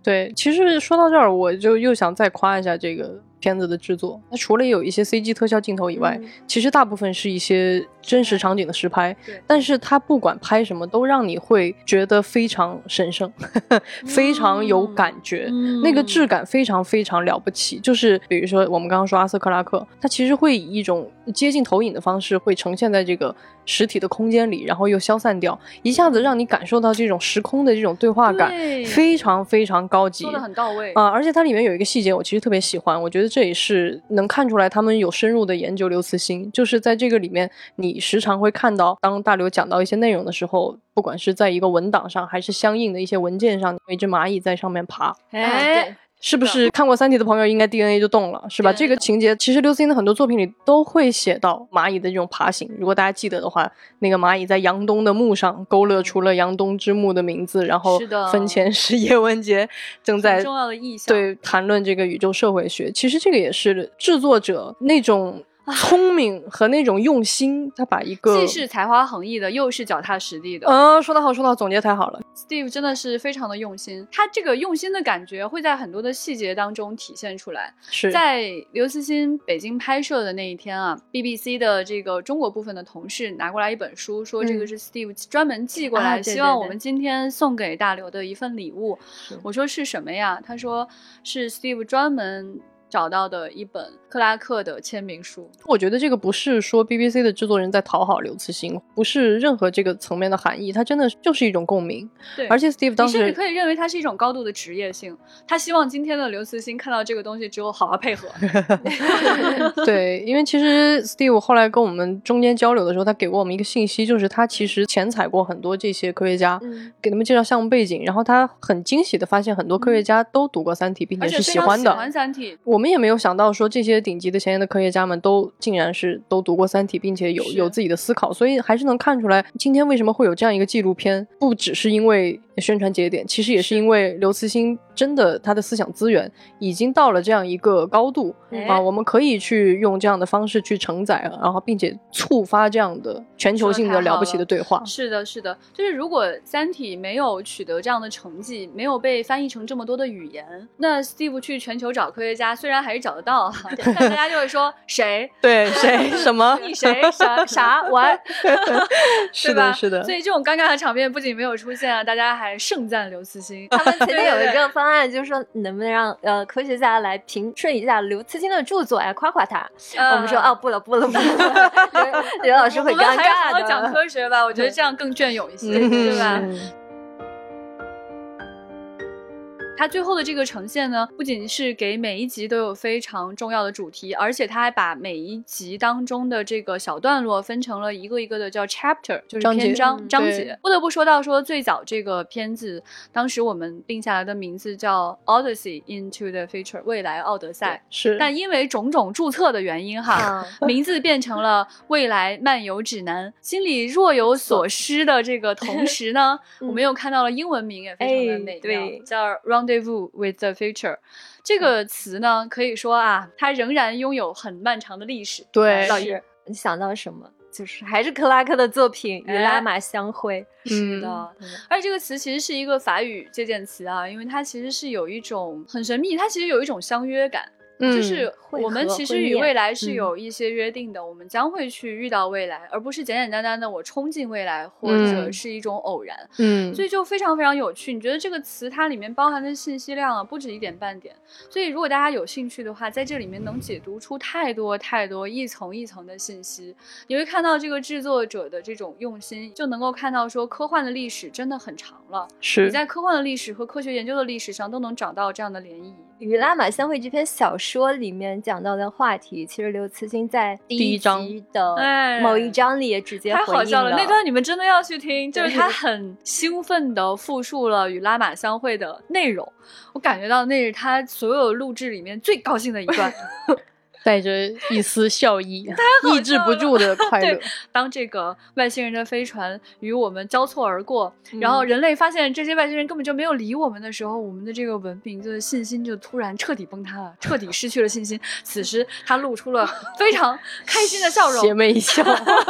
C: 对，其实说到这儿，我就又想再夸一下这个片子的制作。那除了有一些 CG 特效镜头以外，
B: 嗯
C: 其实大部分是一些真实场景的实拍
A: 对。
C: 但是它不管拍什么，都让你会觉得非常神圣， [LAUGHS] 非常有感觉。
A: 嗯
C: 那个质感非常非常了不起，就是比如说我们刚刚说阿瑟克拉克，他其实会以一种接近投影的方式，会呈现在这个实体的空间里，然后又消散掉，一下子让你感受到这种时空的这种对话感，
A: 对
C: 非常非常高级
A: 说。的很到位。
C: 啊、而且它里面有一个细节，我其实特别喜欢，我觉得这也是能看出来他们有深入的研究刘慈欣。就是在这个里面，你时常会看到，当大刘讲到一些内容的时候，不管是在一个文档上，还是相应的一些文件上，有一只蚂蚁在上面爬，啊
A: 哎，
C: 是不是看过《三体》的朋友应该 DNA 就动了，是吧？
A: 对
C: 这个情节其实刘慈欣的很多作品里都会写到蚂蚁的这种爬行。如果大家记得的话，那个蚂蚁在杨东的墓上勾勒出了杨东之墓的名字，然后
A: 是的
C: 坟前是叶文洁正在
A: 很重要的意象。
C: 对谈论这个宇宙社会学。其实这个也是制作者那种聪明和那种用心，他把一个
A: 既是才华横溢的，又是脚踏实地的。
C: 嗯，说得好，说得好，总结太好了。
A: Steve 真的是非常的用心，他这个用心的感觉会在很多的细节当中体现出来。
C: 是
A: 在刘慈欣北京拍摄的那一天啊，BBC 的这个中国部分的同事拿过来一本书，说这个
B: 嗯
A: 是 Steve 专门寄过
B: 啊
A: 来，
B: 对
A: 希
B: 对
A: 望
B: 对
A: 我们今天送给大刘的一份礼物。我说是什么呀？他说是 Steve 专门。找到的一本克拉克的签名书。
C: 我觉得这个不是说 BBC 的制作人在讨好刘慈欣，不是任何这个层面的含义，它真的就是一种共鸣。
A: 对，
C: 而且 Steve 当
A: 你甚至
C: 时
A: 可以认为它是一种高度的职业性。他希望今天的刘慈欣看到这个东西之后，好好配
C: [LAUGHS]
A: 合。
C: 对，因为其实 Steve 后来跟我们中间交流的时候，他给过我们一个信息，就是他其实前采过很多这些科学家，
B: 嗯
C: 给他们介绍项目背景，然后他很惊喜的发现很多科学家都读过《三体》，并
A: 嗯而且
C: 是
A: 非
C: 喜
A: 常
C: 欢的。
A: 喜欢《三体》，
C: 我们也没有想到说这些顶级的前沿的科学家们都竟然是都读过《三体》，并且有
A: 是
C: 有自己的思考，所以还是能看出来，今天为什么会有这样一个纪录片，不只是因为宣传节点，其实也是因为刘慈欣真的他的思想资源已经到了这样一个高度、
B: 嗯
A: 哎
C: 啊，我们可以去用这样的方式去承载，然后并且触发这样的全球性
A: 说
C: 的
A: 得太好
C: 了不起的
A: 了
C: 对话。
A: 是的，是的，就是如果《三体》没有取得这样的成绩，没有被翻译成这么多的语言，那 Steve 去全球找科学家，虽然还是找得到啊，但大家就会说
C: [LAUGHS]
A: 谁
C: 对，谁什么
A: 你谁啥啥完，
C: 是
A: 对吧
C: 的， [LAUGHS] 是的
A: 所。以这种尴尬的场面不仅没有出现啊，大家还盛赞刘慈
C: [LAUGHS]
A: 欣。[LAUGHS]
B: 他们曾经有一
A: 对对
B: 个方案，就是说能不能让呃科学家来评论一下刘慈欣的著作，呀，哎夸夸他。
A: 嗯
B: 我们说哦，不了不了不
A: [LAUGHS]
B: 了，刘刘老师会
A: 我们
B: 尴
A: 还是好
B: 尬
A: 好讲
B: 的。
A: 科学吧，我觉得这样更隽永一些，
B: 嗯
A: 对吧？
C: 嗯
A: 它最后的这个呈现呢，不仅是给每一集都有非常重要的主题，而且它还把每一集当中的这个小段落分成了一个一个的叫 chapter，就是
C: 章节
A: 篇章
B: 嗯
A: 章
C: 对
A: 节。不得不说到说最早这个片子，当时我们定下来的名字叫《Odyssey into the Future》未来奥德赛，
C: 是，
A: 但因为种种注册的原因哈。
B: 嗯， [LAUGHS]
A: 名字变成了《未来漫游指南》，心里若有所思的这个同时呢，
B: 嗯
A: 我们又看到了英文名也非常的美妙，
B: 哎对
A: 叫《Rendezvous with the Future》。这个词呢，可以说啊，它仍然拥有很漫长的历史。
C: 对
A: 老
B: 是你想到什么？就是还是克拉克的作品《与
A: 哎
B: 拉玛相会》
A: 是的。
B: 嗯
A: 而且这个词其实是一个法语借鉴词啊，因为它其实是有一种很神秘，它其实有一种相约感，
C: 嗯
A: 就是
B: 会
A: 我们
B: 合
A: 其实
B: 会
A: 与
B: 面
A: 未来是
C: 嗯
A: 有一些约定的，我们将会去遇到未来，而不是简简单单的我冲进未来或者
C: 嗯
A: 是一种偶然，
C: 嗯，
A: 所以就非常非常有趣。你觉得这个词它里面包含的信息量啊，不止一点半点，所以如果大家有兴趣的话，在这里面能解读出太多太多一层一层的信息，你会看到这个制作者的这种用心，就能够看到说科幻的历史真的很长了。
C: 是
A: 你在科幻的历史和科学研究的历史上都能找到这样的涟漪。
B: 《与拉玛相会》这篇小说里面讲到的话题，其实刘慈欣在第
C: 第一
B: 一
C: 章
B: 集的
A: 哎
B: 某一章里也直接
A: 太
B: 回应
A: 好笑
B: 了。
A: 那段你们真的要去听，就是
B: 对
A: 他很兴奋地复述了与拉玛相会的内容，我感觉到那是他所有录制里面最高兴的一段。
C: 带着一丝笑
A: [LAUGHS]
C: 意，
A: 好
C: 抑制
A: 笑
C: 不
A: 了
C: 住
A: [LAUGHS]
C: 的快
A: 对
C: 乐。
A: 当这个外星人的飞船与我们交错而过，然后人类发现这些外星人根本就没有理我们的时候，我们的这个文明就是信心就突然彻底崩塌了，彻底失去了信心。此时他露出了非常开心的笑
C: 邪
A: 容，
C: 魅
A: [LAUGHS]
C: 一笑， [LAUGHS]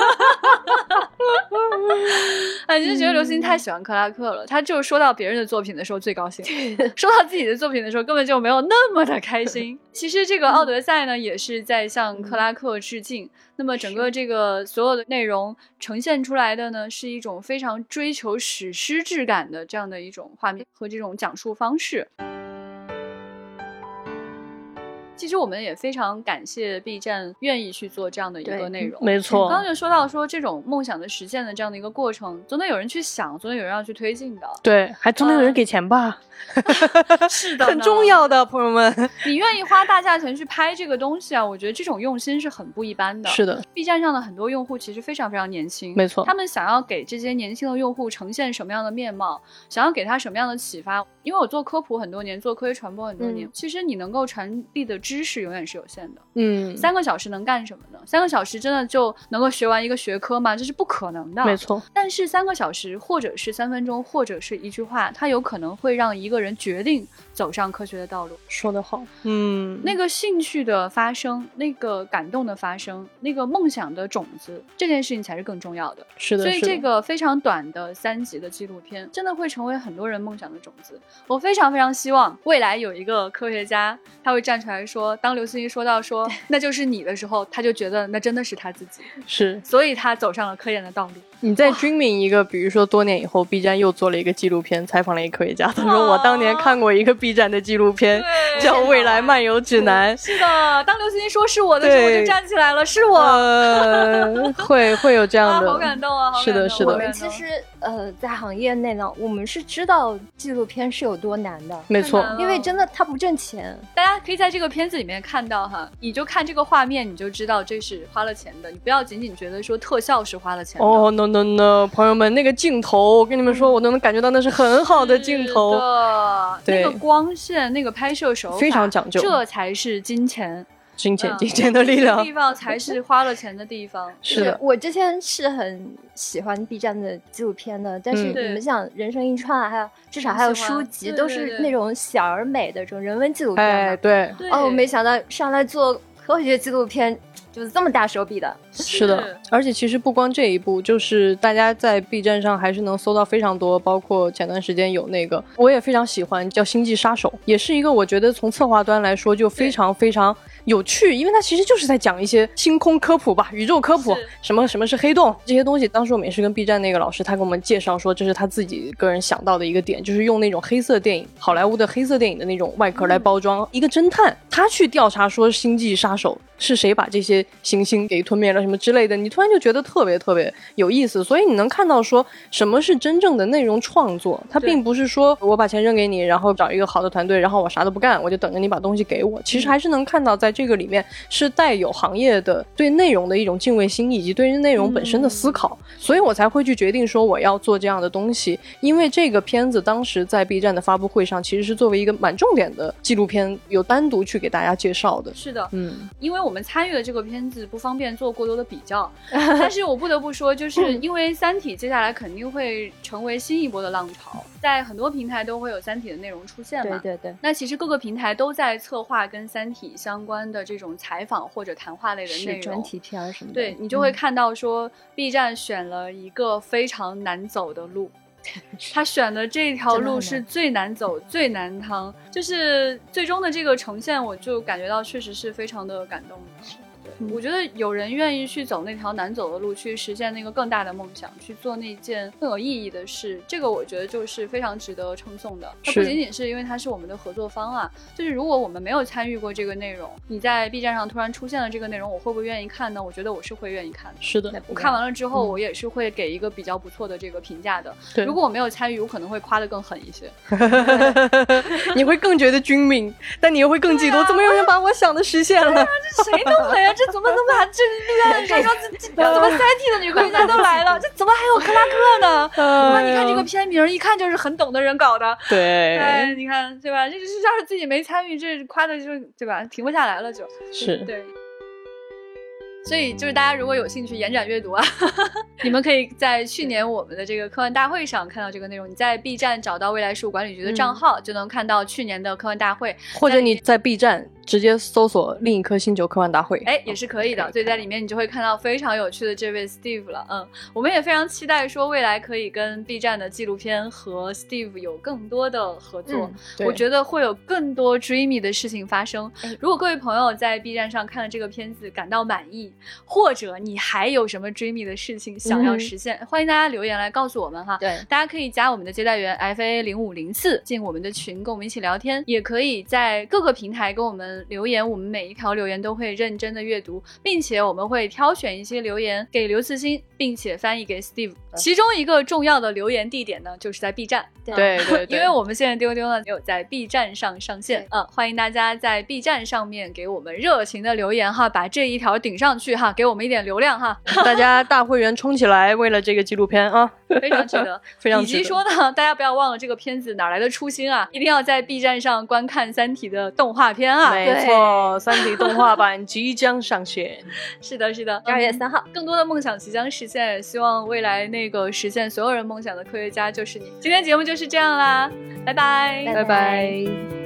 A: 哎，你就觉得刘慈欣太喜欢克拉克了。他就是说到别人的作品的时候最高兴， [LAUGHS] 说到自己的作品的时候根本就没有那么的开心。其实这个《奥德赛》呢，也是在向克拉克致敬。那么整个这个所有的内容呈现出来的呢，是一种非常追求史诗质感的这样的一种画面和这种讲述方式。其实我们也非常感谢 B 站愿意去做这样的一个
B: 对
A: 内容，
C: 没错
A: 刚刚就说到说这种梦想的实现的这样的一个过程，总得有人去想，总得有人要去推进
C: [LAUGHS]
A: 的。
C: 对，还总得有
A: 嗯
C: 人给钱吧，
A: 是
C: 很重。要的，朋友们。
A: 你愿意花大价钱去拍这个东西啊？我觉得这种用心是很不一般的。
C: [LAUGHS] 是的，
A: B 站上的很多用户其实非常非常年轻，
C: 没错
A: 他们想要给这些年轻的用户呈现什么样的面貌，想要给他什么样的启发？因为我做科普很多年，做科学传播很多年，
B: 嗯
A: 其实你能够传递的知识永远是有限的。
C: 嗯，
A: 三个小时能干什么呢？三个小时真的就能够学完一个学科吗？这是不可能的。
C: 没错，
A: 但是三个小时，或者是三分钟，或者是一句话，它有可能会让一个人决定走上科学的道路。
C: 说得好。嗯，
A: 那个兴趣的发生，那个感动的发生，那个梦想的种子，这件事情才是更重要的。
C: 是的，
A: 所以
C: 是的
A: 这个非常短的三集的纪录片，真的会成为很多人梦想的种子。我非常非常希望未来有一个科学家，他会站出来说，当刘思怡说到说那就是你的时候，他就觉得那真的是他自己，
C: 是
A: 所以他走上了科研的道路。
C: 你在 dreaming 一个，比如说多年以后，B 站又做了一个纪录片，采访了一个科学家，他说我当年看过一个 B 站的纪录片，
A: 对
C: [LAUGHS] 叫《未来漫游指南》。
A: 哦是的，当刘慈欣说是我的时候，我
C: 对
A: 就站起来了，是我。 [LAUGHS]
C: 呃，会会有这样
A: 啊，
C: 的，
A: 好感动啊！好感动
C: 是的是的
A: 好
B: 我
A: 感
B: 们
A: 动
B: 其实呃，在行业内呢，我们是知道纪录片是有多难的，
C: 没错
A: 太，难了
B: 因为真的它不挣钱。
A: 大家可以在这个片子里面看到哈，你就看这个画面，你就知道这是花了钱的。你不要仅仅觉得说特效是花了钱的，
C: 哦、no no no，朋友们，那个镜头，我跟你们说，我都能感觉到那是很好的镜
A: 是
C: 头，
A: 的
C: 对
A: 那个光线、那个拍摄手法
C: 非常讲究
A: 这才是金钱，
C: 金钱
A: 嗯
C: 金钱的 [LAUGHS] 力
A: 这个
C: 量
A: 地，方才是花了钱的地方。
C: 是的，
B: 我之前是很喜欢 B 站的纪录片的，但是
C: 嗯
B: 你
A: 对
B: 们想《人生一串》啊，还有至少还有
A: 喜欢
B: 书籍，
A: 对
B: 都
A: 对
B: 是
A: 对
B: 那种小而美的这种人文纪录片嘛。
C: 哎，对，
A: 对
B: 哦，我没想到上来做科学纪录片就是这么大手笔的。
C: 是的，而且其实不光这一部，就是大家在 B 站上还是能搜到非常多，包括前段时间有那个，我也非常喜欢叫《星际杀手》，也是一个我觉得从策划端来说就非常非常有趣，因为它其实就是在讲一些星空科普吧，宇宙科普
A: 是，
C: 什么什么是黑洞这些东西。当时我们也是跟 B 站那个老师，他给我们介绍说，这是他自己个人想到的一个点，就是用那种黑色电影，好莱坞的黑色电影的那种外壳来包装、一个侦探，他去调查说星际杀手是谁把这些行星给吞灭了什么之类的，你突然就觉得特别特别有意思。所以你能看到说什么是真正的内容创作，它
A: 对
C: 并不是说我把钱扔给你，然后找一个好的团队，然后我啥都不干，我就等着你把东西给
A: 嗯
C: 我。其实还是能看到在这个里面是带有行业的对内容的一种敬畏心，以及对内容本身的思考。
A: 嗯
C: 所以我才会去决定说我要做这样的东西，因为这个片子当时在 B 站的发布会上，其实是作为一个蛮重点的纪录片，有单独去给大家介绍的。
A: 是的，
C: 嗯，
A: 因为我们参与了这个片子，不方便做过多的比
B: [LAUGHS]
A: 较。但是我不得不说，就是因为《三体》接下来肯定会成为新一波的浪潮，在很多平台都会有《三体》的内容出现嘛。
B: 对对对，
A: 那其实各个平台都在策划跟《三体》相关的这种采访或者谈话类的内
B: 是
A: 容。
B: 专题片儿什么的。嗯
A: 对你就会看到说，B 站选了一个非常难走的
B: [LAUGHS]
A: 路，他选的这条
B: 真的
A: 路
B: 很
A: 是
B: 难
A: 最难走、最难趟，就是最终的这个呈现，我就感觉到确实是非常的感动的。对
B: 嗯
A: 我觉得有人愿意去走那条难走的路，去实现那个更大的梦想，去做那件更有意义的事，这个我觉得就是非常值得称颂的。它不
C: 是
A: 仅仅是因为它是我们的合作方啊，就是如果我们没有参与过这个内容，你在 B 站上突然出现了这个内容，我会不会愿意看呢？我觉得我是会愿意看的。
C: 是的
B: 那，
A: 我
B: 不
A: 看
B: 一样
A: 完了之后，我也是会给一个比较不错的这个评价的。
C: 对。
A: 如果我没有参与，我可能会夸得更狠一些。
C: 你会更觉得君民，但你又会更嫉妒，
A: 啊
C: 怎么有人把我想的实现了？
A: 这谁弄的呀？这怎么能把这 [LAUGHS] 这这这这怎么三体的女 [LAUGHS] 科学家都来了？这怎么还有克拉克呢？
C: [LAUGHS]
A: 那啊你看这个片名，一看就是很懂的人搞的。哎，
C: 嗯对，
A: 你看对吧？这这要是自己没参与，这夸的就对吧？停不下来了就。
C: 是
A: 对。所以就是大家如果有兴趣延展阅读啊， [LAUGHS] 你们可以在去年我们的这个科幻大会上看到这个内容。你在 B 站找到未来事务管理局的账号，就能看到去年的科幻大会，
C: 或者你在 B 站直接搜索“另一颗星球科幻大会”，
A: 哎，也是可以的。所以在里面你就会看到非常有趣的这位 Steve 了。嗯，我们也非常期待说未来可以跟 B 站的纪录片和 Steve 有更多的合作。
B: 嗯
C: 对
A: 我觉得会有更多 dreamy 的事情发生
B: 哎。
A: 如果各位朋友在 B 站上看了这个片子感到满意，或者你还有什么 dreamy 的事情想要
C: 嗯
A: 实现，欢迎大家留言来告诉我们哈。
B: 对，
A: 大家可以加我们的接待员 F A 零五零四进我们的群，跟我们一起聊天，也可以在各个平台跟我们留言，我们每一条留言都会认真的阅读，并且我们会挑选一些留言给刘慈欣，并且翻译给 Steve。其中一个重要的留言地点呢，就是在 B 站。
B: 对
C: 对对对，
A: [LAUGHS] 因为我们现在丢丢呢有在 B 站上上线，嗯，欢迎大家在 B 站上面给我们热情的留言哈，把这一条顶上去哈，给我们一点流量哈，
C: 大家大会员冲起来，为了这个纪录片啊，
A: 非常值 [LAUGHS] 得。
C: 非常
A: 以
C: 值
A: 及
C: 得
A: 说呢，大家不要忘了这个片子哪来的初心啊，一定要在 B 站上观看《三体》的动画片啊。
C: 没错，《三体》动画版即将上线。
A: 是的，是的，嗯
B: 十二月三号，
A: 更多的梦想即将实现，也希望未来那个实现所有人梦想的科学家就是你。今天节目就是这样啦，拜拜
B: 拜拜
C: 拜